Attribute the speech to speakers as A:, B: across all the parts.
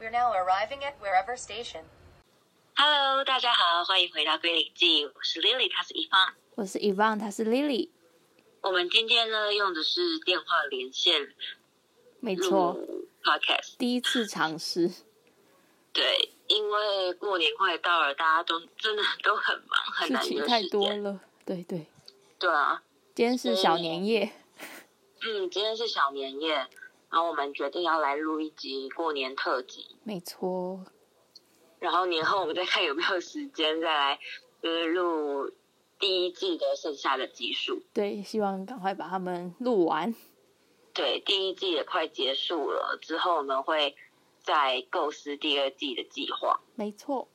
A: We're now arriving at wherever station.
B: Hello，大家好，欢迎回到《归零记》，我是 Lily，她是一方。
C: 我是 Evan，她是 Lily，
B: 我们今天呢用的是电话连线
C: 没错，
B: 录 Podcast，
C: 第一次尝试，
B: 对，因为过年快到了，大家都真的 都很忙， 很
C: 事
B: 难约
C: 情太
B: 时
C: 多
B: 间。
C: 了，对对，
B: 对啊，
C: 今天是小年夜，
B: 嗯，今天是小年夜，然后我们决定要来录一集过年特辑，
C: 没错，
B: 然后年后我们再看有没有时间再来，就是录第一季的剩下的集数。
C: 对，希望赶快把它们录完，
B: 对，第一季也快结束了，之后我们会再构思第二季的计划。
C: 没错，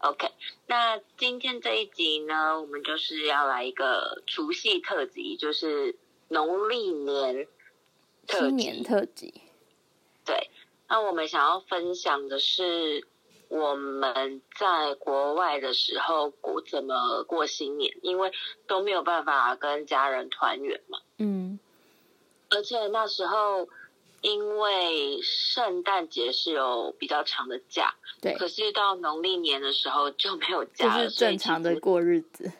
B: OK，那今天这一集呢，我们就是要来一个除夕特辑，就是农历年特
C: 新
B: 辑。
C: 年特辑，
B: 对，那我们想要分享的是我们在国外的时候过怎么过新年，因为都没有办法跟家人团圆嘛。
C: 嗯，
B: 而且那时候因为圣诞节是有比较长的假，
C: 对，
B: 可是到农历年的时候就没有
C: 就
B: 假了，
C: 是正常的
B: 所以
C: 过日子，
B: 其实。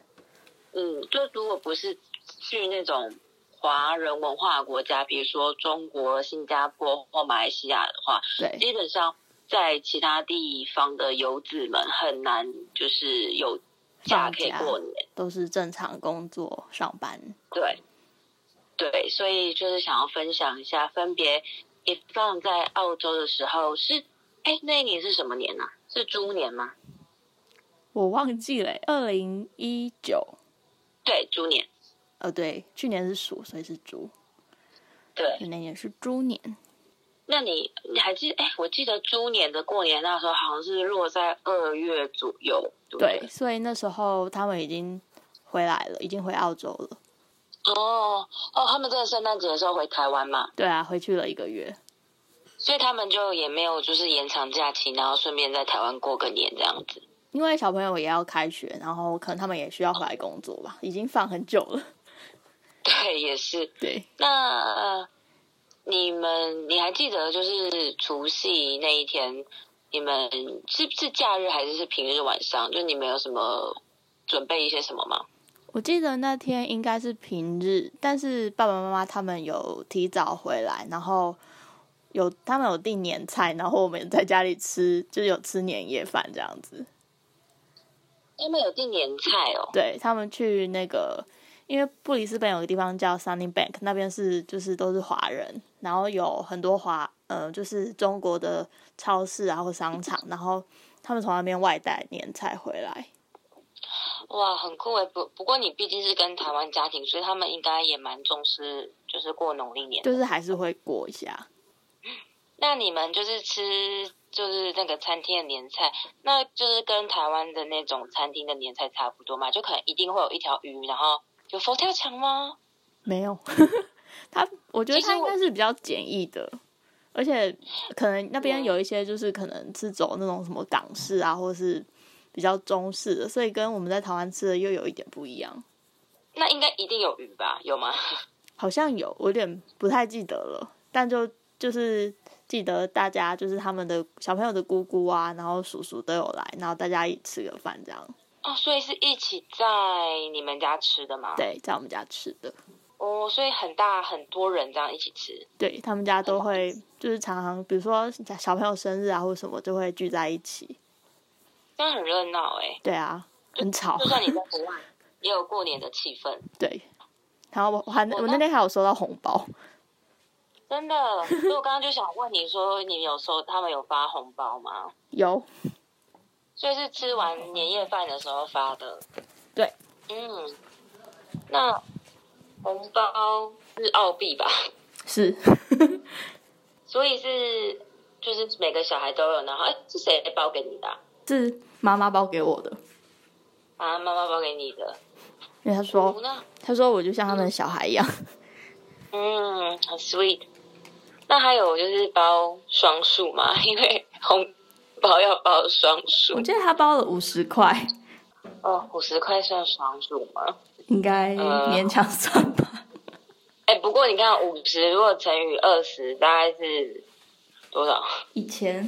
B: 嗯，就如果不是去那种华人文化的国家，比如说中国、新加坡或马来西亚的话，
C: 对，
B: 基本上在其他地方的游子们很难就是有假
C: 放假
B: 可以过年。
C: 都是正常工作上班，
B: 对，对，所以就是想要分享一下，分别一放在澳洲的时候是，哎，那一年是什么年呢、是猪年吗？
C: 我忘记了，二零一九，
B: 对，猪年。
C: 呃，对，去年是鼠，所以是猪，
B: 对，
C: 那年是猪年，
B: 那你你还记？哎，我记得猪年的过年那时候好像是落在二月左右，对不
C: 对，所以那时候他们已经回来了，已经回澳洲了，
B: 哦哦，他们在圣诞节的时候回台湾嘛，
C: 对啊，回去了一个月，
B: 所以他们就也没有就是延长假期，然后顺便在台湾过个年这样子。
C: 因为小朋友也要开学，然后可能他们也需要回来工作吧，已经放很久了。
B: 对，也是。
C: 对，
B: 那你们你还记得就是除夕那一天，你们是是假日还是是平日晚上？就你们有什么准备一些什么吗？
C: 我记得那天应该是平日，但是爸爸妈妈他们有提早回来，然后有他们有订年菜，然后我们在家里吃，就是有吃年夜饭这样子。
B: 他们有订年菜哦，
C: 对他们去那个，因为布里斯本有个地方叫 Sunny Bank，那边是就是都是华人，然后有很多华，呃，就是中国的超市啊或商场，然后他们从那边外带年菜回来。
B: 哇，很酷诶。不不过你毕竟是跟台湾家庭，所以他们应该也蛮重视，就是过农历年。
C: 就是还是会过一下。
B: 那你们就是吃就是那个餐厅的年菜，那就是跟台湾的那种餐厅的年菜差不多嘛？就可能一定会有一条鱼，然后有佛跳墙吗？
C: 没有， 他我觉得
B: 其实
C: 他应
B: 我
C: 该是比较简易的，而且可能那边有一些就是可能是走那种什么港式啊，或是比较中式的，所以跟我们在台湾吃的又有一点不一样。
B: 那应该一定有鱼吧？有吗？
C: 好像有，我有点不太记得了，但就就是记得大家就是他们的小朋友的姑姑啊，然后叔叔都有来，然后大家一起吃个饭这样，
B: 哦，所以是一起在你们家吃的吗？。
C: 对，在我们家吃的。
B: 哦，所以很大很多人这样一起吃。
C: 对他们家都会，就是常常，比如说小小朋友生日啊或什么，就会聚在一起。
B: 这样很热闹哎，
C: 对啊，很吵
B: 就。算你在国外，也有过年的气氛，
C: 对，然后我我还
B: 我
C: 我那天还有收到红包，
B: 真的。所以我刚刚就想问你说，你有收他们有发红包吗？
C: 有
B: 所以是吃完年夜饭的时候发的。
C: 对，
B: 嗯，那红包是澳币吧？
C: 是
B: 所以是就是每个小孩都有，然后哎，是谁包给你的啊？
C: 是妈妈包给我的，
B: 啊，妈妈包给你的。
C: 因为她说
B: 呢？
C: 她说我就像他们的小孩一样，
B: 嗯，很 sweet。那还有就是包双数嘛， 因为红包要包双数
C: 我。记得她包了五十块，
B: 哦，五十块算双数吗？
C: 应该
B: 呃
C: 勉强算吧。
B: 哎、不过你看五十如果乘以二十，大概是多少？
D: 一千，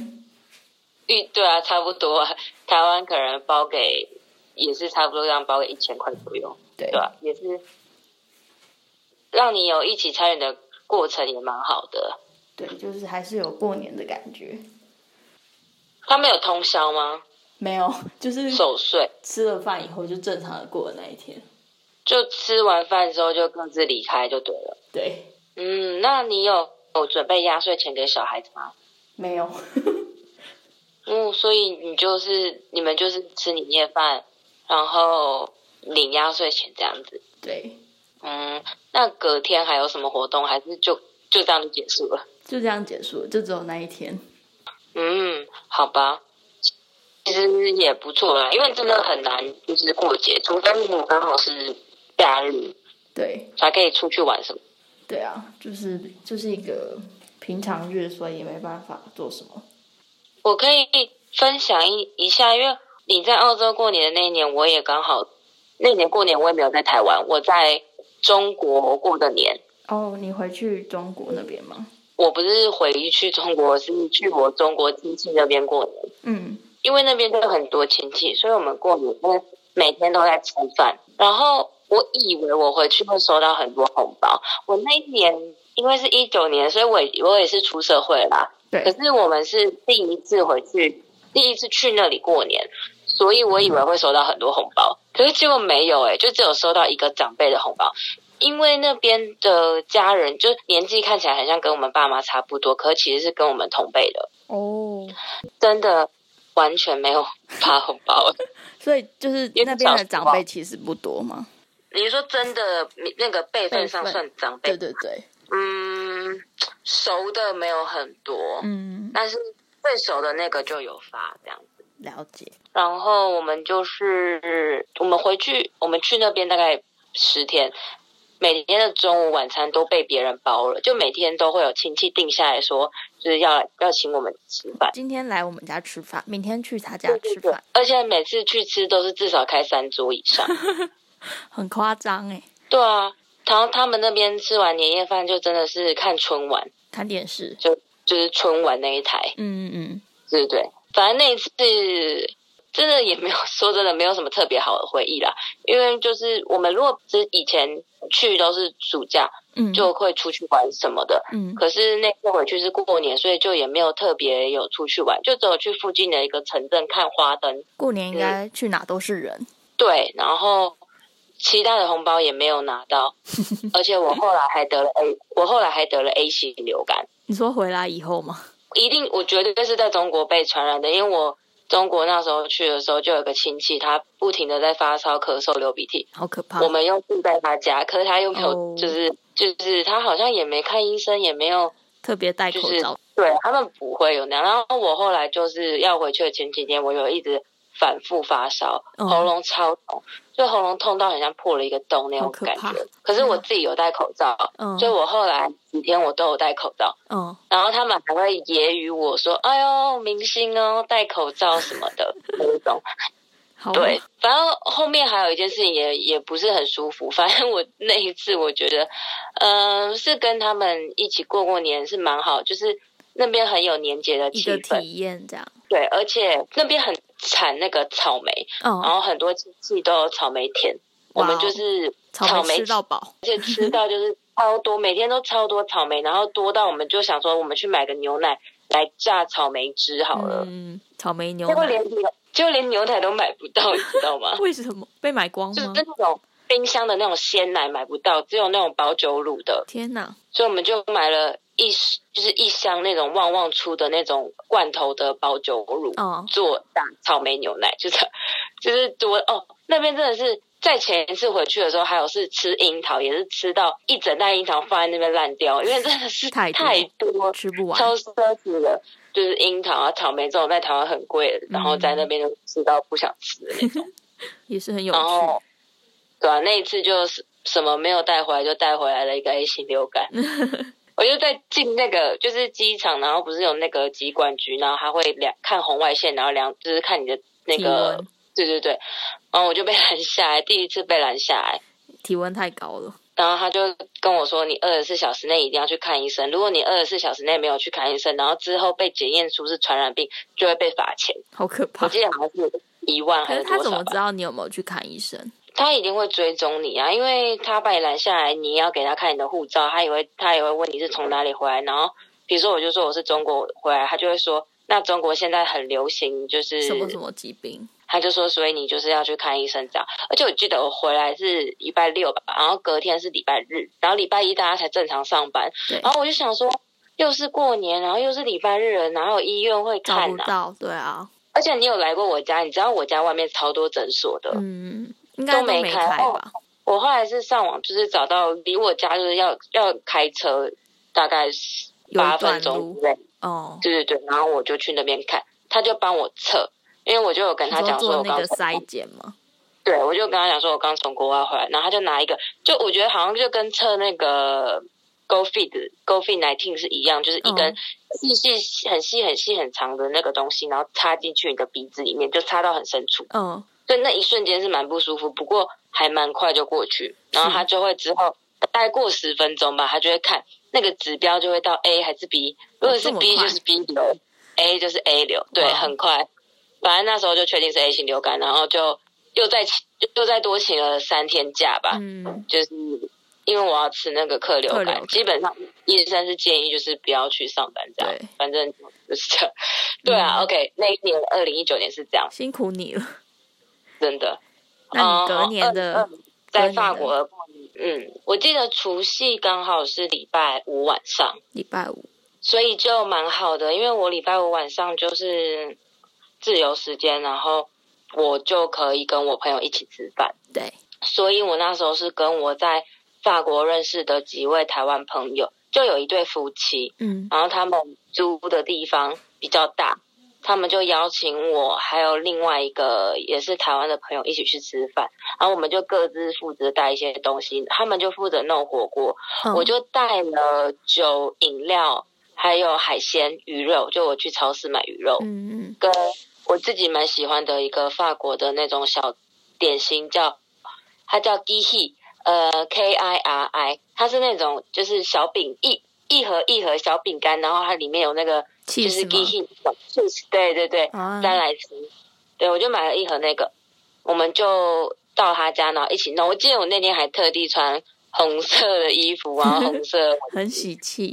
B: 一对啊，差不多啊。 台湾可能包给也是差不多这样，包给一千块左右，
D: 对
B: 对吧、也是让你有一起参与的过程，也蛮好的。
D: 对，就是还是有过年的感觉。
B: 他们有通宵吗？
C: 没有， 就是
B: 守岁，
C: 吃了饭以后就正常的过了那一天。
B: 就吃完饭之后就各自离开就对了。
C: 对，
B: 嗯，那你有有准备压岁钱给小孩子吗？
C: 没有，
B: 嗯，所以你就是你们就是吃年夜饭，然后领压岁钱这样子。
C: 对，
B: 嗯，那隔天还有什么活动？还是就就这样就结束了？
C: 就这样结束了，就只有那一天。
B: 嗯，好吧，其实也不错啦，因为真的很难就是过节，除非你刚好是假日
D: 对
B: 才可以出去玩什么。
D: 对啊，就是就是一个平常日，所以也没办法做什么。
B: 我可以分享一一下，因为你在澳洲过年的那一年，我也刚好那年过年我也没有在台湾，我在中国过的年。
D: 哦，你回去中国那边吗？
B: 我不是回去中国，是去我中国亲戚那边过年，
D: 嗯，
B: 因为那边都有很多亲戚，所以我们过年真的每天都在吃饭。然后我以为我回去会收到很多红包，我那一年因为是一九年，所以我也我也是出社会啦。可
C: 呃
D: 对
B: 是我们是第一次回去，第一次去那里过年，所以我以为会收到很多红包，可是结果没有诶、欸就只有收到一个长辈的红包。因为那边的家人就年纪看起来很像跟我们爸妈差不多，可其实是跟我们同辈的，
C: 哦，
B: 真的完全没有发红包。
C: 所以就是
B: 因为
C: 那边
B: 小
C: 的
B: 时
C: 长
B: 候
C: 辈其实不多嘛。
B: 你说真的，那个辈分上
C: 辈分
B: 算长辈
C: 对，对对，
B: 嗯，熟的没有很多，
C: 嗯，
B: 但是最熟的那个就有发这样。
C: 了解。
B: 然后我们就是我们回去，我们去那边大概十天，每天的中午晚餐都被别人包了，就每天都会有亲戚定下来说，就是要来要请我们吃饭。
C: 今天来我们家吃饭，明天去他家
B: 对
C: 吃
B: 对对
C: 饭，，
B: 而且每次去吃都是至少开三桌以 上。
C: 很夸张哎。
B: 对啊，然后他们那边吃完年夜饭就真的是看春晚，
C: 看电视，
B: 就就是春晚那一台。
C: 嗯嗯
B: 对对对，反正那一次真的也没有说真的没有什么特别好的回忆啦，因为就是我们如果是以前去都是暑假
C: 嗯，
B: 就会出去玩什么的，
C: 嗯
B: 可是那次回去是过年，所以就也没有特别有出去玩，就只有去附近的一个城镇看花灯，
C: 过年应该去哪都是人，
B: 对，然后。期待的红包也没有拿到，而且我后来还得了 A，我后来还得了 A 型流感，
C: 你说回来以后吗？
B: 一定，我绝对是在中国被传染的，因为我中国那时候去的时候，就有个亲戚，他不停的在发烧、咳嗽、流鼻涕，
C: 好可怕
B: 我！们又住在他家，可是他又没
C: 啊哦
B: 有，就是、就是他好像也没看医生，也没有，
C: 特别戴
B: 就
C: 口
B: 是
C: 罩，
B: 对他们不会有那样。然后我后来就是要回去的前几天，我有一直反复发烧，
C: 嗯
B: 喉咙超痛，就喉咙痛到很像破了一个洞那
C: 好
B: 种
C: 可
B: 感
C: 怕
B: 觉。可是我自己有戴口罩，
C: 嗯
B: 所以我后来几天我都有戴口罩。
C: 嗯，
B: 然后他们还会揶揄我说：“哎呦，明星哦，戴口罩什么的那种。
C: 好”
B: 对，反正后面还有一件事情也也不是很舒服。反正我那一次，我觉得，嗯、是跟他们一起过过年是蛮好，就是那边很有年节的
C: 一
B: 气
C: 个
B: 氛。
C: 体验这样，嗯
B: 对，而且那边很产那个草莓，然
C: 嗯，
B: 后很多亲戚都有草莓甜。我
C: 哇哦
B: 们就是
C: 草莓
B: 莓
C: 吃到饱，
B: 而且吃到就是超多，每天都超多草莓，然后多到我们就想说，我们去买个牛奶来榨草莓汁好了。
C: 嗯，草莓牛
B: 结果
C: 奶，？
B: 连牛，就连牛奶都买不到，你知道吗
C: 为什么被买光
B: 就是
C: 吗？
B: 那种冰箱的那种鲜奶买不到，只有那种保酒乳的，
C: 天哪，
B: 所以我们就买了一就是一箱那种旺旺出的那种罐头的保酒乳。
C: 哦，
B: 做大草莓牛奶， 就是就是多哦，那边真的是在前一次回去的时候，还有是吃樱桃，也是吃到一整袋樱桃放在那边烂掉，因为真的是
C: 太多
B: 太多，
C: 吃不完，
B: 超奢侈的，就是樱桃啊、草莓这种在台湾很贵
C: 嗯
B: 的，然后在那边就吃到不想吃的那种，
C: 也是很有
B: 然
C: 趣，
B: 后哦对啊，那一次就是什么没有带回来，就带回来了一个 A 型 流感。我就在进那个就是机场，然后不是有那个疾管局，然后他会量看红外线，然后量就是看你的那
C: 体
B: 个
C: 温
B: 对对对，然后我就被拦下来，第一次被拦下来，
C: 体温太高了，
B: 然后他就跟我说，你二十四小时内一定要去看医生，如果你二十四小时内没有去看医生，然后之后被检验出是传染病，就会被罚钱。
E: 好可
B: 我
E: 怕。
B: 记得好像是一万
E: 可
B: 还
E: 是
B: 是
E: 他
B: 多
E: 怎
B: 少啊
E: 么
B: 吧
E: 知？道你有没有去看医生？
B: 他一定会追踪你啊，因为他把你拦下来，你要给他看你的护照，他也会他也会问你是从哪里回来。然后比如说我就说我是中国回来，他就会说那中国现在很流行就是
E: 什么什么疾病？
B: 他就说，所以你就是要去看医生这样。而且我记得我回来是礼拜六吧，然后隔天是礼拜日，然后礼拜一大家才正常上班
E: 对。
B: 然后我就想说，又是过年，然后又是礼拜日了，哪有医院会
E: 找
B: 看
E: 不
B: 啊？
E: 到，对啊，
B: 而且你有来过我家，你知道我家外面超多诊所的。
E: 嗯，应该都
B: 没
E: 没
B: 开
E: 开
B: 哦
E: 吧？
B: 我后来是上网，就是找到离我家就是要要开车大概
E: 有一
B: 八
E: 段
B: 分钟
E: 路
B: 之类。
E: 哦，
B: 对对对，然后我就去那边看，他就帮我测，因为我就有跟他
E: 你说
B: 讲说
E: 做
B: 我
E: 那
B: 刚
E: 个筛检嘛，
B: 对，我就跟他讲说，我刚从国外回来，然后他就拿一个，就我觉得好像就跟测那个 Go Fit Go Fit nineteen 是一样，就是一根
E: 嗯
B: 细细很细很细很长的那个东西，然后插进去你的鼻子里面，就插到很深处。
E: 嗯，
B: 所以那一瞬间是蛮不舒服，不过还蛮快就过去。然后他就会之后大概过十分钟吧，他就会看那个指标就会到 A 还是 B，如果
E: 哦这
B: 是
E: 么
B: B
E: 快
B: 就是 B 流，A 就是 A 流，对，
E: 哇
B: 很快。反正那时候就确定是 A 型流感，然后就又再请又再多请了三天假吧，
E: 嗯，
B: 就是因为我要吃那个克流
E: 克流
B: 感，
E: 感
B: 基本上医生是建议就是不要去上班这样
E: 对，
B: 反正就是这样。对啊、
E: 嗯
B: o k 那一年二零一九年是这样，
E: 辛苦你 了。
B: 真的。
E: 那你隔
B: 哦
E: 年的、
B: 嗯嗯在
E: 隔年
B: 法
E: 的
B: 国的过年，嗯，我记得除夕刚好是礼拜五晚上，
E: 礼拜五，
B: 所以就蛮好的，因为我礼拜五晚上就是自由时间，然后我就可以跟我朋友一起吃饭，
E: 对，
B: 所以我那时候是跟我在法国认识的几位台湾朋友，就有一对夫妻，
E: 嗯，
B: 然后他们租的地方比较大，他们就邀请我还有另外一个也是台湾的朋友一起去吃饭，然后我们就各自负责带一些东西，他们就负责弄火锅，
E: 嗯
B: 我就带了酒、饮料，还有海鲜、鱼肉，就我去超市买鱼肉，
E: 嗯嗯
B: 跟我自己蛮喜欢的一个法国的那种小点心叫，它叫 g i h i 呃 K I R I，它是那种就是小饼一一盒一盒小饼干，然后它里面有那个就是
E: Cheese
B: g i
E: 吗
B: h i 对对对，
C: 嗯
E: 啊，
B: 沾来吃。对，我就买了一盒那个，我们就到他家，然后一起弄。我记得我那天还特地穿红色的衣服，然后红色
E: 很喜气，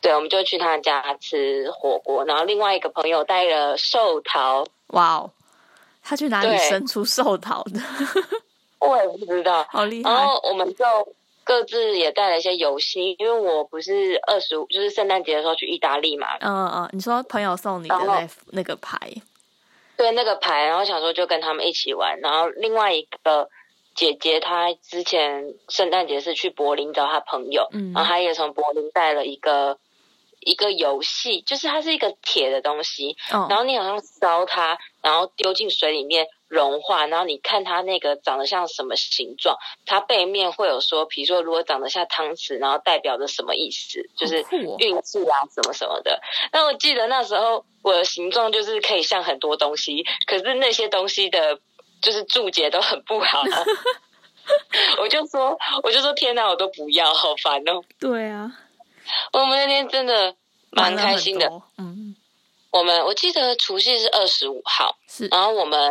B: 对，我们就去他家吃火锅，然后另外一个朋友带了寿桃，
E: 哇哦，他去哪里
B: 对
E: 生出寿桃的？
B: 我也不知道。
E: 好厉害
B: 然，后我们就各自也带了一些游戏，因为我不是二十五，就是圣诞节的时候去意大利嘛，
E: 嗯嗯，你说朋友送你的
B: 然后
E: 那那个牌，
B: 对那个牌，然后想说就跟他们一起玩。然后另外一个姐姐，她之前圣诞节是去柏林找她朋友，
E: 嗯
B: 然后她也从柏林带了一个一个游戏，就是它是一个铁的东西，
E: 哦
B: 然，后你好像烧它，然后丢进水里面融化，然后你看它那个长得像什么形状，它背面会有说，比如说如果长得像汤匙，然后代表着什么意思，就是
E: 好酷哦
B: 运气啊什么什么的。那我记得那时候我的形状就是可以像很多东西，可是那些东西的就是注解都很不 好、我就说，我就说，天哪，我都不要，好烦哦！
E: 对啊，
B: 我们那天真的蛮开心的
E: 玩。了很多，嗯，
B: 我们我记得除夕是二十五号，
E: 是
B: 然后我们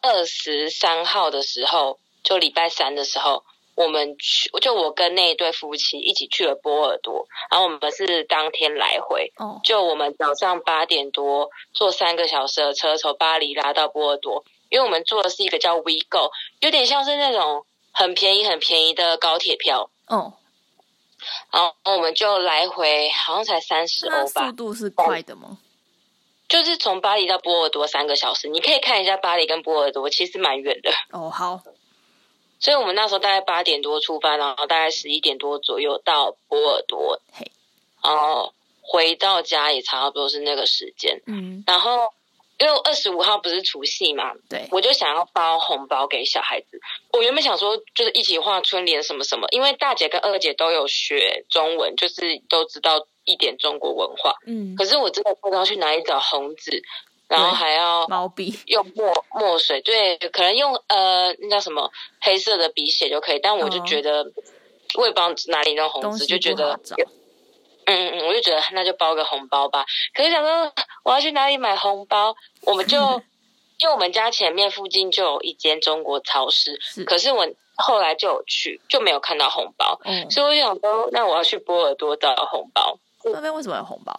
B: 二十三号的时候，就礼拜三的时候，我们去，就我跟那一对夫妻一起去了波尔多，然后我们是当天来回，
E: 哦，
B: 就我们早上八点多坐三个小时的车从巴黎拉到波尔多，因为我们坐的是一个叫 WeGo，有点像是那种很便宜很便宜的高铁票，
E: 哦，
B: 然后我们就来回好像才三十
E: 那
B: 欧吧，
E: 速度是快的吗？
B: 就是从巴黎到波尔多三个小时，你可以看一下巴黎跟波尔多其实蛮远的，
E: 哦，好，
B: 所以我们那时候大概八点多出发，然后大概十一点多左右到波尔多
E: 嘿，
B: 然后回到家也差不多是那个时间。
E: 嗯，
B: 然后因为二十五号不是除夕嘛，
E: 对，
B: 我就想要包红包给小孩子。我原本想说就是一起画春联什么什么，因为大姐跟二姐都有学中文，就是都知道一点中国文化。
E: 嗯，
B: 可是我真的不知道去哪里找红纸，然后
E: 对
B: 还要
E: 毛 笔，
B: 用墨墨水，对，可能用呃那叫什么黑色的笔写就可以，但我就
E: 哦
B: 觉得我也不知道哪里弄红
E: 东
B: 字，
E: 西
B: 就觉
E: 不好
B: 得
E: 找，
B: 嗯嗯，我就觉得那就包个红包吧。可是想说我要去哪里买红包，我 们就因为我们家前面附近就有一间中国超市，
E: 是
B: 可是我后来就有去就没有看到红包，
E: 哦，
B: 所以我就想说那我要去波尔多找红包。
E: 那边为什么有红包？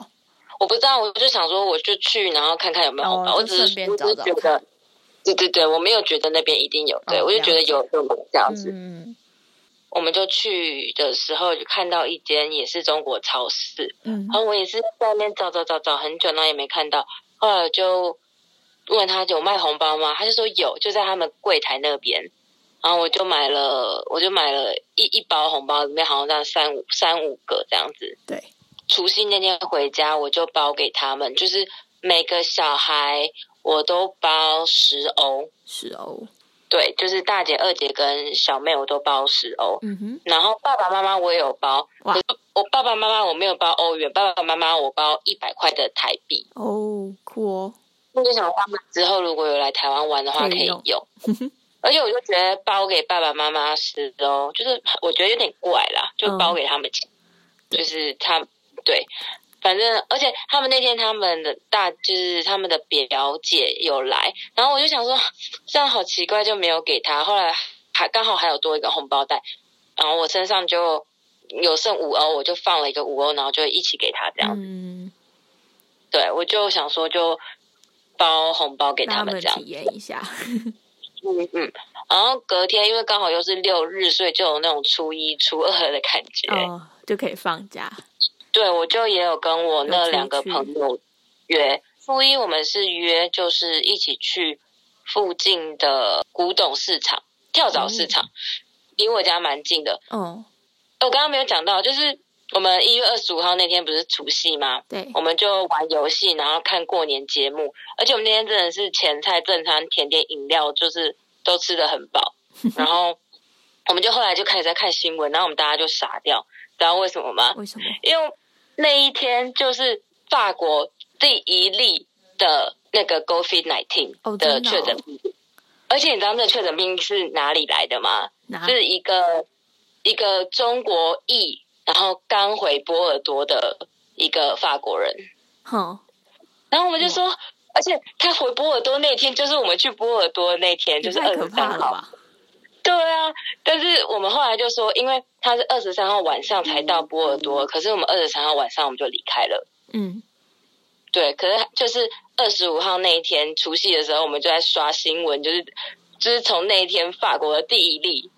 B: 我不知道，我就想说我就去，然后看看有没有红包。
E: 哦
B: 我只
E: 就是顺便
B: 我只
E: 找
B: 是
E: 找
B: 觉得，对对对，我没有觉得那边一定有，对、
E: 哦
B: 我就觉得
E: 了解
B: 有有这样子。
E: 嗯
B: 我们就去的时候就看到一间也是中国超市，
E: 嗯
B: 然后我也是在那边找找找找很久，然后也没看到，后来我就问他有卖红包吗？他就说有，就在他们柜台那边。然后我就买了，我就买了一一包红包，里面好像那三五三五个这样子。
E: 对，
B: 除夕那天回家，我就包给他们，就是每个小孩我都包十欧，
E: 是哦，
B: 对，就是大姐、二姐跟小妹我都包十欧，
E: 嗯哼，
B: 然后爸爸妈妈我也有包，
E: 哇
B: 可是我爸爸妈妈我没有包欧元，爸爸妈妈我包一百块的台币，
E: 哦，酷哦，
B: 我就想他们之后如果有来台湾玩的话
E: 可
B: 可
E: 以
B: 以
E: 用
B: 用。而且我就觉得包给爸爸妈妈十欧，就是我觉得有点怪啦，就
E: 嗯
B: 包给他们钱，就是他对，反正而且他们那天他们的大就是他们的表姐有来，然后我就想说这样好奇怪，就没有给他。后来还刚好还有多一个红包袋，然后我身上就有剩五欧，我就放了一个五欧，然后就一起给他这样。
E: 嗯，
B: 对，我就想说就包红包给
E: 让
B: 他
E: 他
B: 们
E: 们
B: 这样
E: 体。验一 下，
B: 嗯嗯，然后隔天因为刚好又是六日，所以就有那种初一、初二的感觉。
E: 哦，就可以放假，
B: 对，我就也有跟我
E: 有
B: 那
E: 出
B: 两个
E: 去
B: 朋友约，初一我们是约就是一起去附近的古董市场、跳蚤市场，离我家蛮近的。
E: 哦，
B: 我刚刚没有讲到，就是我们一月二十五号那天不是除夕吗？
E: 对，
B: 我们就玩游戏，然后看过年节目，而且我们那天真的是前菜、正餐、甜点、饮料，就是都吃的很 饱。然后我们就后来就开始在看新闻，然后我们大家就傻掉，知道为什么吗？
E: 为什么？
B: 因为那一天就是法国第一例的那个 COVID
E: 哦
B: 19的
E: 真的哦
B: 确诊病例，而且你知道他们的确诊病例是哪里来的吗？
E: 哪
B: 是一个一个中国裔，然后刚回波尔多的一个法国人。
E: 哼，
B: 然后我们就说，而且他回波尔多那天，就是我们去波尔多那天，
E: 也
B: 就是
E: 太
B: 二
E: 可
B: 十
E: 怕
B: 三
E: 了
B: 号。
E: 吧？
B: 对啊，但是我们后来就说，因为他是二十三号晚上才到波尔多，可是我们二十三号晚上我们就离开了。
E: 嗯，
B: 对，可是就是二十五号那一天除夕的时候，我们就在刷新闻，就是就是从那一天法国的第一例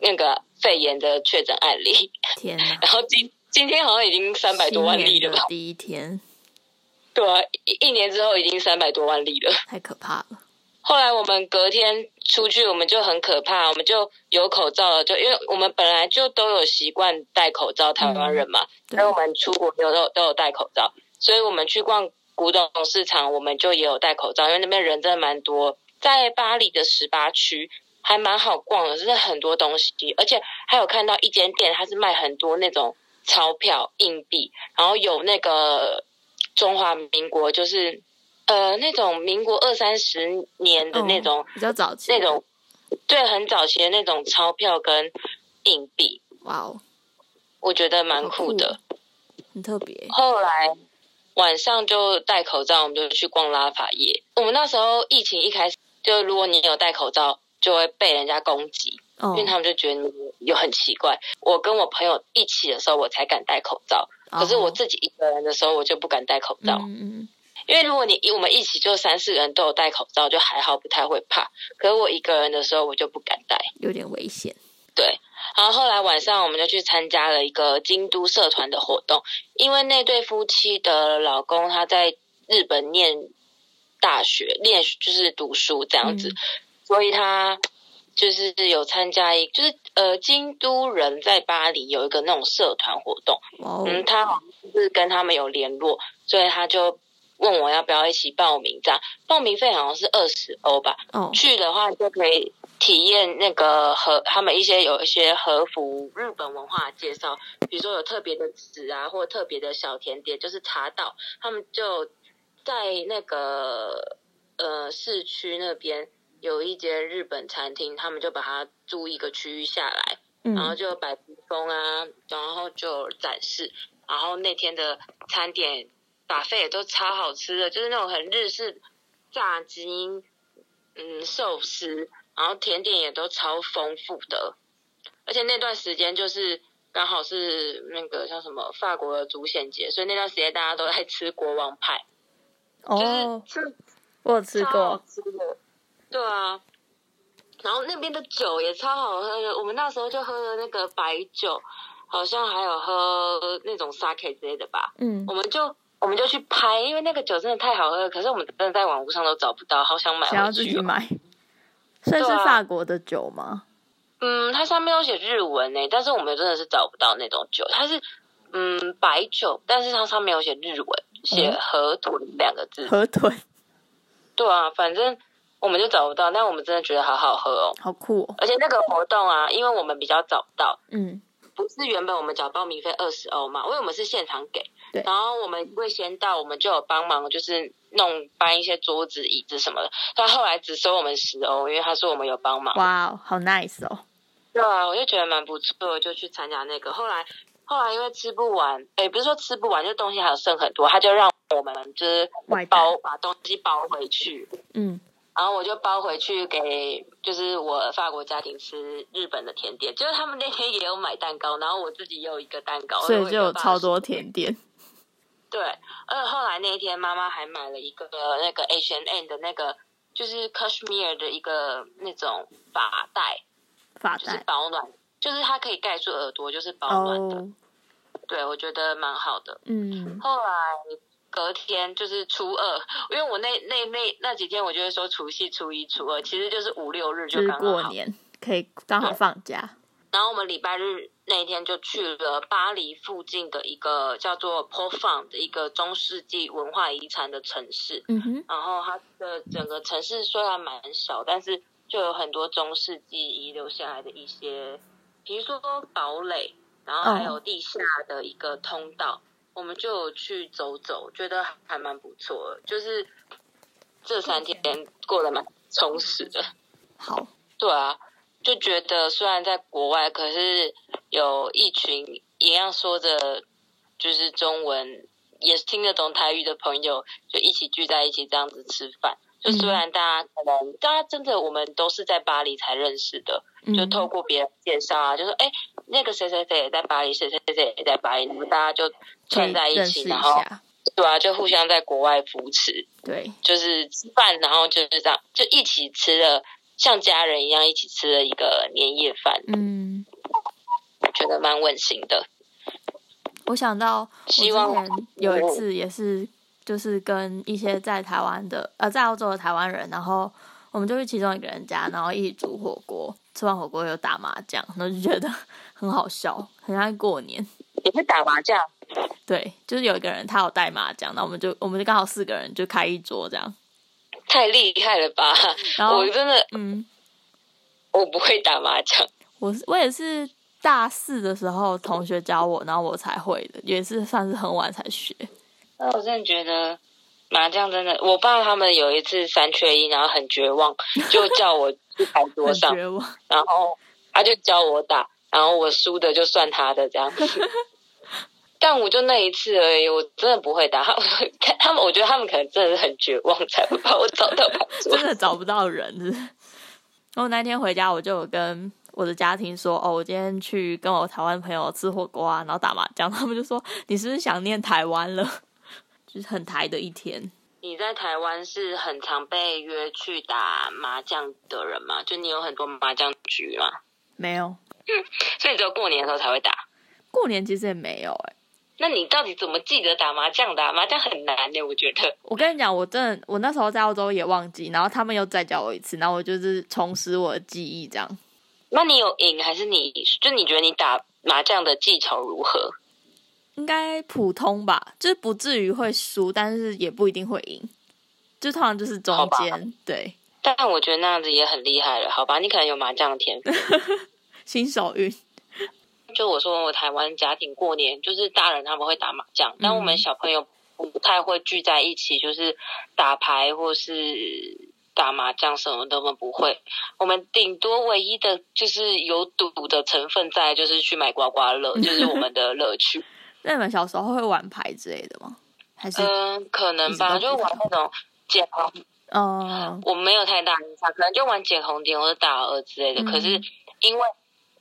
B: 那个肺炎的确诊案例，
E: 天哪，
B: 然后今今天好像已经 三百多万
E: 新
B: 例
E: 年
B: 了
E: 的
B: 吧？
E: 第一天
B: 对啊，一一年之后已经三百多万例了。
E: 太可怕了，
B: 后来我们隔天出去，我们就很可怕，我们就有口罩了，就因为我们本来就都有习惯戴口罩，台湾人嘛，
E: 对
B: 所以我们出国都有都有戴口罩，所以我们去逛古董市场，我们就也有戴口罩，因为那边人真的蛮多，在巴黎的十八区。还蛮好逛的，真的很多东西，而且还有看到一间店，它是卖很多那种钞票、硬币，然后有那个中华民国，就是呃那种民国二三十年的那种、
E: 嗯比较早期
B: 那，种，对，很早期的那种钞票跟硬币，
E: 哇哦，
B: 我觉得蛮
E: 好
B: 酷
E: 酷
B: 的。
E: 很特别，
B: 后来晚上就戴口罩，我们就去逛拉法叶。我们那时候疫情一开始，就如果你有戴口罩，就会被人家攻击，
E: 哦
B: 因为他们就觉得你有很奇怪。我跟我朋友一起的时候，我才敢戴口罩，可是我自己一个人的时候，我就不敢戴口罩。
E: 哦嗯嗯
B: 因为如果你我们一起就三四个人都有戴口罩，就还好，不太会怕。可是我一个人的时候，我就不敢戴。
E: 有点危险，
B: 对，然后后来晚上我们就去参加了一个京都社团的活动，因为那对夫妻的老公他在日本念大学，念就是读书这样子，
E: 嗯
B: 所以他就是有参加一，就是呃，京都人在巴黎有一个那种社团活动，
E: 哇哦，
B: 嗯，他好像是跟他们有联络，所以他就问我要不要一起报名，这样报名费好像是二十欧吧。
E: 哦，
B: 去的话就可以体验那个和他们一些有一些和服日本文化的介绍，比如说有特别的纸啊，或特别的小甜点，就是茶道，他们就在那个呃市区那边有一间日本餐厅，他们就把它租一个区域下来，
C: 嗯
B: 然后就摆风啊，然后就有展示，然后那天的餐点把费也都超好吃的，就是那种很日式炸鸡，嗯，寿司，然后甜点也都超丰富的，而且那段时间就是。刚好是那个像什么法国的足显节，所以那段时间大家都在吃国王派，就是
C: 哦，
B: 吃
C: 我有吃
B: 超好
C: 过，
B: 吃的，对啊。然后那边的酒也超好喝的，我们那时候就喝了那个白酒，好像还有喝那种 sake 之类的吧。
C: 嗯
B: 我，们就我们就去拍，因为那个酒真的太好喝了，可是我们真的在网络上都找不到，好想买回去、哦。
C: 想要自己买， 所以是
B: 对啊
C: 法国的酒吗？
B: 嗯，它上面有写日文呢、但是我们真的是找不到那种酒，它是嗯白酒，但是它上面有写日文，写
C: 嗯
B: 河豚两个字。
C: 河豚，
B: 对啊，反正我们就找不到，但我们真的觉得好好喝哦。
C: 好酷哦，
B: 而且那个活动啊，因为我们比较早到，
C: 嗯，
B: 不是原本我们缴报名费二十欧嘛，因为我们是现场给，
C: 对
B: 然后我们会先到，我们就有帮忙，就是弄搬一些桌子、椅子什么的。他后来只收我们十欧，因为他说我们有帮忙。
C: 哇哦，好 nice 哦，
B: 对啊，我就觉得蛮不错，我就去参加那个。后来后来因为吃不完，哎，不是说吃不完，就东西还有剩很多，他就让我们就是
C: 外带，
B: 包把东西包回去。
C: 嗯，
B: 然后我就包回去给，就是我法国家庭吃日本的甜点，就是他们那天也有买蛋糕，然后我自己也有一个蛋糕，
C: 所
B: 我
C: 以
B: 一
C: 就
B: 个
C: 有
B: 法
C: 超
B: 式
C: 多甜点，
B: 对，呃，后来那一天妈妈还买了一个那个 H and M 的那个，就是 Cashmere 的一个那种发带，
C: 发
B: 就是
C: 带，
B: 保暖，就是它可以盖住耳朵，就是保暖的。
C: 哦，
B: 对，我觉得蛮好的。
C: 嗯，
B: 后来隔天就是初二，因为我那那那那几天，我就会说除夕、初一、初二，其实就是五六日
C: 就
B: 就是刚刚
C: 过
B: 好。
C: 年可以刚好放假，
B: 然后我们礼拜日那一天就去了巴黎附近的一个叫做 p o f o n 的一个中世纪文化遗产的城市。
C: 嗯哼，
B: 然后它的整个城市虽然蛮小，但是就有很多中世纪遗留下来的一些，比如说堡垒，然后还有地下的一个通道。我们就有去走走，觉得还蛮不错的，就是这三天过得蛮充实的。
C: 好，
B: 对啊，就觉得虽然在国外，可是有一群一样说着就是中文，也听得懂台语的朋友，就一起聚在一起这样子吃饭。就
C: 嗯
B: 虽然大家可能，大家真的我们都是在巴黎才认识的，就
C: 嗯
B: 透过别人介绍啊，就说哎，那个谁谁谁也在巴黎，谁谁谁也在巴黎，你们大家就
C: 可
B: 串
C: 以
B: 在一
C: 认
B: 起，
C: 识一
B: 然后
C: 下，
B: 对啊，就互相在国外扶持。
C: 对，
B: 就是吃饭，然后就是这样，就一起吃了，像家人一样一起吃了一个年夜饭，
C: 嗯。
B: 觉得蛮温馨的。
C: 我想到我之
B: 希望
C: 前有一次也是，就是跟一些在台湾的呃在澳洲的台湾人，然后我们就去其中一个人家，然后一起煮火锅，吃完火锅又打麻将，然后就觉得 很好笑，很像过年。
B: 你会打麻将？
C: 对，就是有一个人他有带麻将，那我们就我们就刚好四个人就开一桌这样，
B: 太厉害了吧！
C: 然后
B: 我真的
C: 嗯，
B: 我不会打麻将，
C: 我是我也是大四的时候同学教我，然后我才会的，也是算是很晚才学。
B: 但我真的觉得麻将真的，我爸他们有一次三缺一，然后很绝望，就叫我去牌桌
C: 很
B: 上，
C: 绝望，
B: 然后他就教我打，然后我输的就算他的这样 子。但我就那一次而已，我真的不会打。他们，他们，我觉得他们可能真的是很绝望，才会把我找到牌桌
C: 真。的找不到人是不是然后那天回家，我就有跟我的家庭说，哦，我今天去跟我台湾朋友吃火锅啊，然后打麻将， 他们就说你是不是想念台湾了？ 就是很台的一天。
B: 你在台湾是很常被约去打麻将的人吗？就你有很多麻将局吗？
C: 没有，
B: 所以只有过年的时候才会打。
C: 过年其实也没有哎、
B: 那你到底怎么记得打麻将的啊、麻将很难呢、我觉得。
C: 我跟你讲，我真的，我那时候在澳洲也忘记，然后他们又再教我一次，然后我就是重拾我的记忆，这样
B: 那你有赢还是你？就你觉得你打麻将的技巧如何？
C: 应该普通吧，就是不至于会输，但是也不一定会赢，就通常就是中
B: 好吧
C: 间，对，
B: 但我觉得那样子也很厉害了，好吧？你可能有麻将的天赋。
C: 新手运，
B: 就我说，我台湾家庭过年就是大人他们会打麻将，但我们小朋友不太会聚在一起，就是打牌或是打麻将什么的，我们不会。我们顶多唯一的就是有赌的成分在，就是去买刮刮乐，就是我们的乐趣。
E: 那你们小时候会玩牌之类的吗？还是
B: 嗯，可能吧，
E: 一直
B: 就
E: 都不
B: 玩那种捡红，
E: 哦，
B: 我没有太大印象，可能就玩捡红点或者打鹅之类的。
E: 嗯
B: 可是因为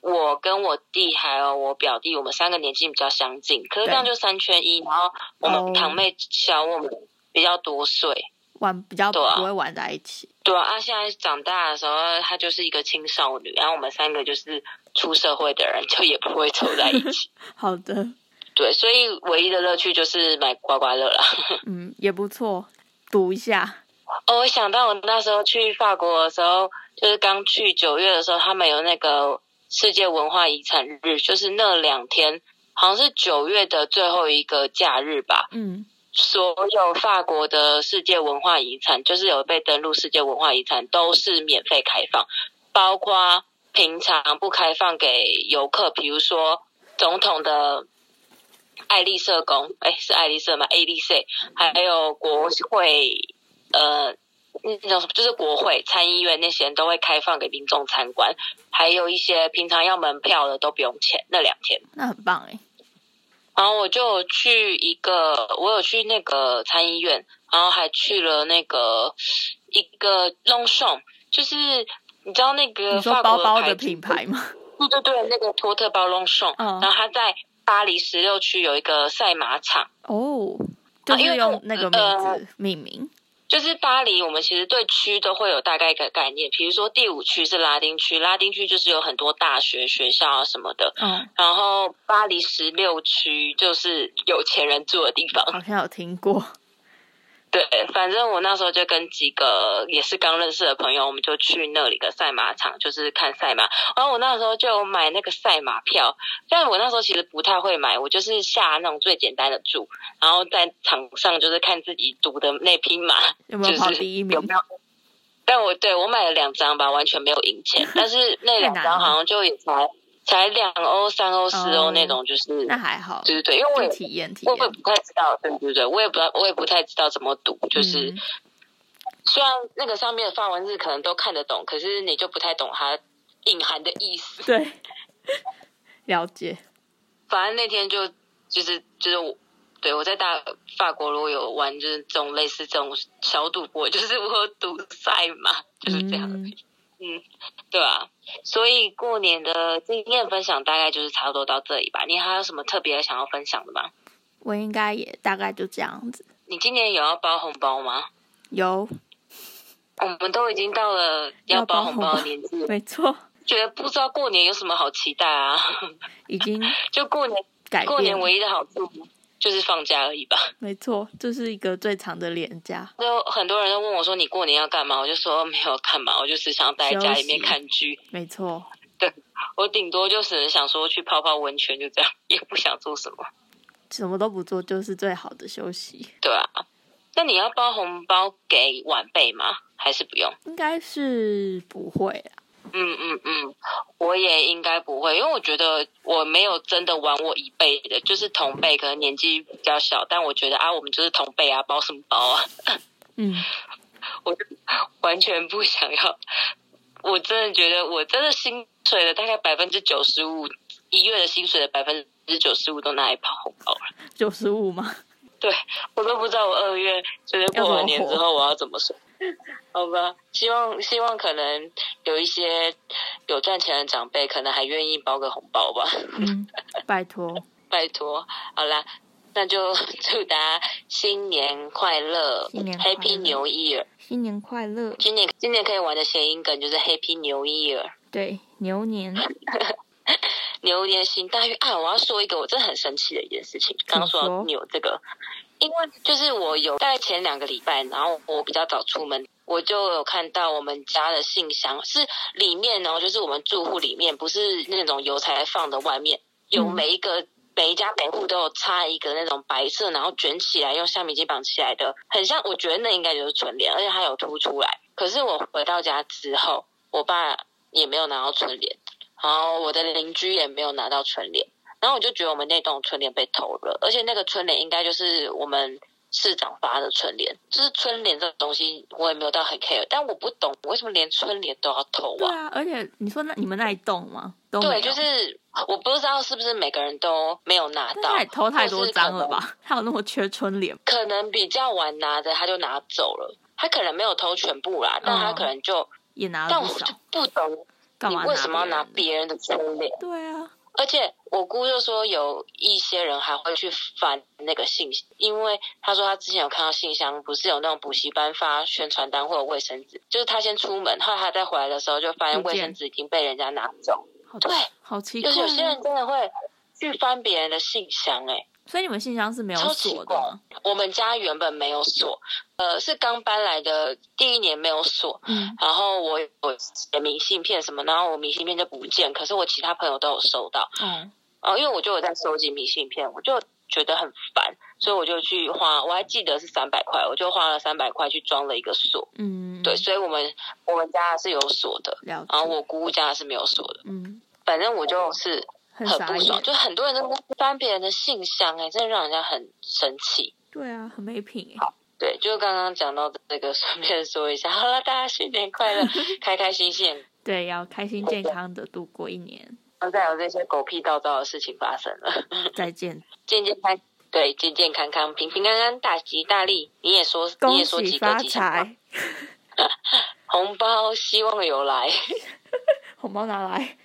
B: 我跟我弟还有我表弟，我们三个年纪比较相近，可是这样就三缺一，然后我
E: 哦
B: 们堂妹小我们比较多岁。
E: 玩比较不
B: 对啊
E: 会玩在一起？
B: 对啊，啊现在长大的时候，她就是一个青少女，然后我们三个就是出社会的人，就也不会凑在一 起。
E: 好的，
B: 对，所以唯一的乐趣就是买刮刮乐啦。
E: 嗯，也不错，赌一下。
B: 哦，我想到我那时候去法国的时候，就是刚去九月的时候，他们有那个世界文化遗产日，就是那两天，好像是九月的最后一个假日吧。
E: 嗯，
B: 所有法国的世界文化遗产，就是有被登录世界文化遗产，都是免费开放，包括平常不开放给游客，比如说总统的爱丽舍宫，哎，是爱丽舍吗？爱丽舍，还有国会，呃。那种什么就是国会、参议院那些都会开放给民众参观，还有一些平常要门票的都不用钱。那两天。
E: 那很棒哎。
B: 然后我就有去一个，我有去那个参议院，然后还去了那个一个 Long s h o p 就是你知道那个
E: 你说
B: 呃法
E: 包
B: 国
E: 包
B: 牌
E: 的
B: 子
E: 品牌吗？
B: 对对对，那个托特包 Long s h o p
E: 嗯
B: 然后它在巴黎十六区有一个赛马场。
E: 哦，就
B: 啊因
E: 是
B: 为
E: 用
B: 我
E: 那个
B: 呃
E: 名字命名。
B: 就是巴黎，我们其实对区都会有大概一个概念，比如说第五区是拉丁区，拉丁区就是有很多大学、学校啊什么的。
E: 哦，
B: 然后巴黎十六区就是有钱人住的地方，
E: 好像有听过。
B: 对，反正我那时候就跟几个也是刚认识的朋友，我们就去那里的赛马场，就是看赛马。然后我那时候就有买那个赛马票，但我那时候其实不太会买，我就是下那种最简单的注，然后在场上就是看自己赌的那匹马
E: 有没有
B: 就是
E: 跑第一名
B: 有没有。但我对我买了两张吧，完全没有赢 钱，但是那两
E: 太难了
B: 张好像就也才才两欧、三欧、四
E: 哦
B: 欧那种，就是
E: 那还好，
B: 对对对，因为我也
E: 就体验体
B: 我也
E: 验。
B: 不太知道，对对对，我也不知道，我也不太知道怎么读，就是、
E: 嗯
B: 虽然那个上面的法文字可能都看得懂，可是你就不太懂它隐含的意思。
E: 对，了解。
B: 反正那天就就是就是我。对，我在大法国如果有玩就是这种类似这种小赌博，就是我有赌赛嘛，就是这样，
E: 嗯，
B: 对啊。所以过年的经验分享大概就是差不多到这里吧。你还有什么特别想要分享的吗？
E: 我应该也大概就这样子。
B: 你今年有要包红包吗？
E: 有，
B: 我们都已经到了
E: 要
B: 要
E: 包
B: 包红包
E: 红
B: 的
E: 包
B: 年纪了，
E: 没错，
B: 觉得不知道过年有什么好期待啊。
E: 已经
B: 就 过年，
E: 改
B: 过
E: 变
B: 年
E: 了。
B: 唯一的好处就是放假而已吧。
E: 没错，这是一个最长的连假。
B: 就很多人都问我说：“你过年要干嘛？”我就说没有干嘛，我就只想待在家里面看剧。
E: 没错，
B: 我顶多就只是想说去泡泡温泉，就这样， 也不想做什么，
E: 什么都不做就是最好的休息。
B: 对啊。那你要包红包给晚辈吗？还是不用？
E: 应该是不会啊。
B: 嗯嗯嗯，我也应该不会，因为我觉得我没有真的玩我一辈的，就是同辈，可能年纪比较小，但我觉得啊，我们就是同辈啊，包什么包啊？
E: 嗯，
B: 我就完全不想要。我真的觉得，我真的薪水的大概百分之九十五，一月的薪水的百分之九十五都拿来包红包了。
E: 九十五吗？
B: 对我都不知道我二月就是过完年之后我要怎么说。好吧，希望希望可能有一些有赚钱的长辈，可能还愿意包个红包吧，
E: 嗯，拜托，
B: 拜托。好啦，那就祝大家新年快乐
E: 新年快乐
B: h a p p y New Year！
E: 新年快乐！
B: 今年今年可以玩的谐音梗就是 Happy New Year。
E: 对，牛年，
B: 牛年行大运啊！我要说一个我真的很生气的一件事情，
E: 请
B: 刚
E: 说
B: 刚说到牛这个，因为就是我有大概前两个礼拜，然后我比较早出门，我就有看到我们家的信箱是里面哦，就是我们住户里面，不是那种邮差放的外面，有每一个。每一家每户都有插一个那种白色，然后卷起来用橡皮筋绑起来的，很像。我觉得那应该就是春联，而且它有凸出来。可是我回到家之后，我爸也没有拿到春联，然后我的邻居也没有拿到春联，然后我就觉得我们那栋春联被偷了，而且那个春联应该就是我们市长发的春联，就是春联这种东西，我也没有到很 care，但我不懂为什么连春联都要偷
C: 对
B: 啊？
C: 啊，而且你说那你们那一栋吗？都
B: 对，
C: 没有
B: 就是我不知道是不是每个人都没有拿
C: 但
B: 到
C: 他也，偷太多张了
B: 或
C: 吧？他有那么缺春联吗？
B: 可能比较晚拿的他就拿走了，他可能没有偷全部啦，但他可能就，
C: 也嗯拿
B: 但
C: 了
B: 我
C: 不
B: 就
C: 少，
B: 不懂
C: 干
B: 你
C: 嘛
B: 为什么要拿
C: 别
B: 别人
C: 人
B: 的春联。
C: 的？对啊，
B: 而且我姑就说有一些人还会去翻那个信，因为她说她之前有看到信箱，不是有那种补习班发宣传单或者卫生纸，就是她先出门，后来她再回来的时候就发现
C: 不见
B: 卫生纸已经被人家拿走。
C: 好
B: 对
C: 好奇怪
B: 就是
C: 哦。
B: 有些人真的会去翻别人的信箱、欸，
C: 所以你们信箱是没有
B: 超奇
C: 锁的
B: 怪
C: 吗？
B: 我们家原本没有锁，呃，是刚搬来的第一年没有锁，
C: 嗯，
B: 然后我有写明信片什么，然后我明信片就不见，可是我其他朋友都有收到。
C: 哦，
B: 哦，因为我就有在收集明信片，我就觉得很烦，所以我就去花，我还记得是三百块，我就花了三百块去装了一个锁。
C: 嗯，
B: 对，，所以我们我们家是有锁的，
C: 了
B: 然后
C: 解，
B: 我姑姑家是没有锁的。
C: 嗯，
B: 反正我就是
C: 很
B: 很
C: 傻
B: 不爽，
C: 眼，
B: 就很多人都翻别人的信箱、哎，真的让人家很生气。
C: 对啊，很没品哎
B: 好，对，就刚刚讲到的这个，顺便说一下，好了，大家新年快 乐，开开心心，
C: 对，要开心健康的度过一年，
B: 不要再有这些狗屁倒灶的事情发生了。
C: 再见，
B: 健健康，对，健健康康，平平安安，大吉大利。你也说，你
C: 恭
B: 也说
C: 喜
B: 几个
C: 发
B: 吉祥话，
C: 财，
B: 红包希望有来。
C: 红包拿来，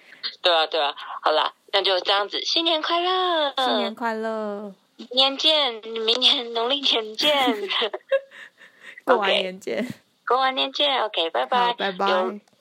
B: 对啊，对啊，好啦，那就这样子，新年快乐，
C: 新年快乐，
B: 明年见，明年农历年见，
C: 过完
B: OK
C: 年见，
B: 过完年见，OK，拜
C: 好，
B: 拜，
C: 拜
B: 有
C: 拜。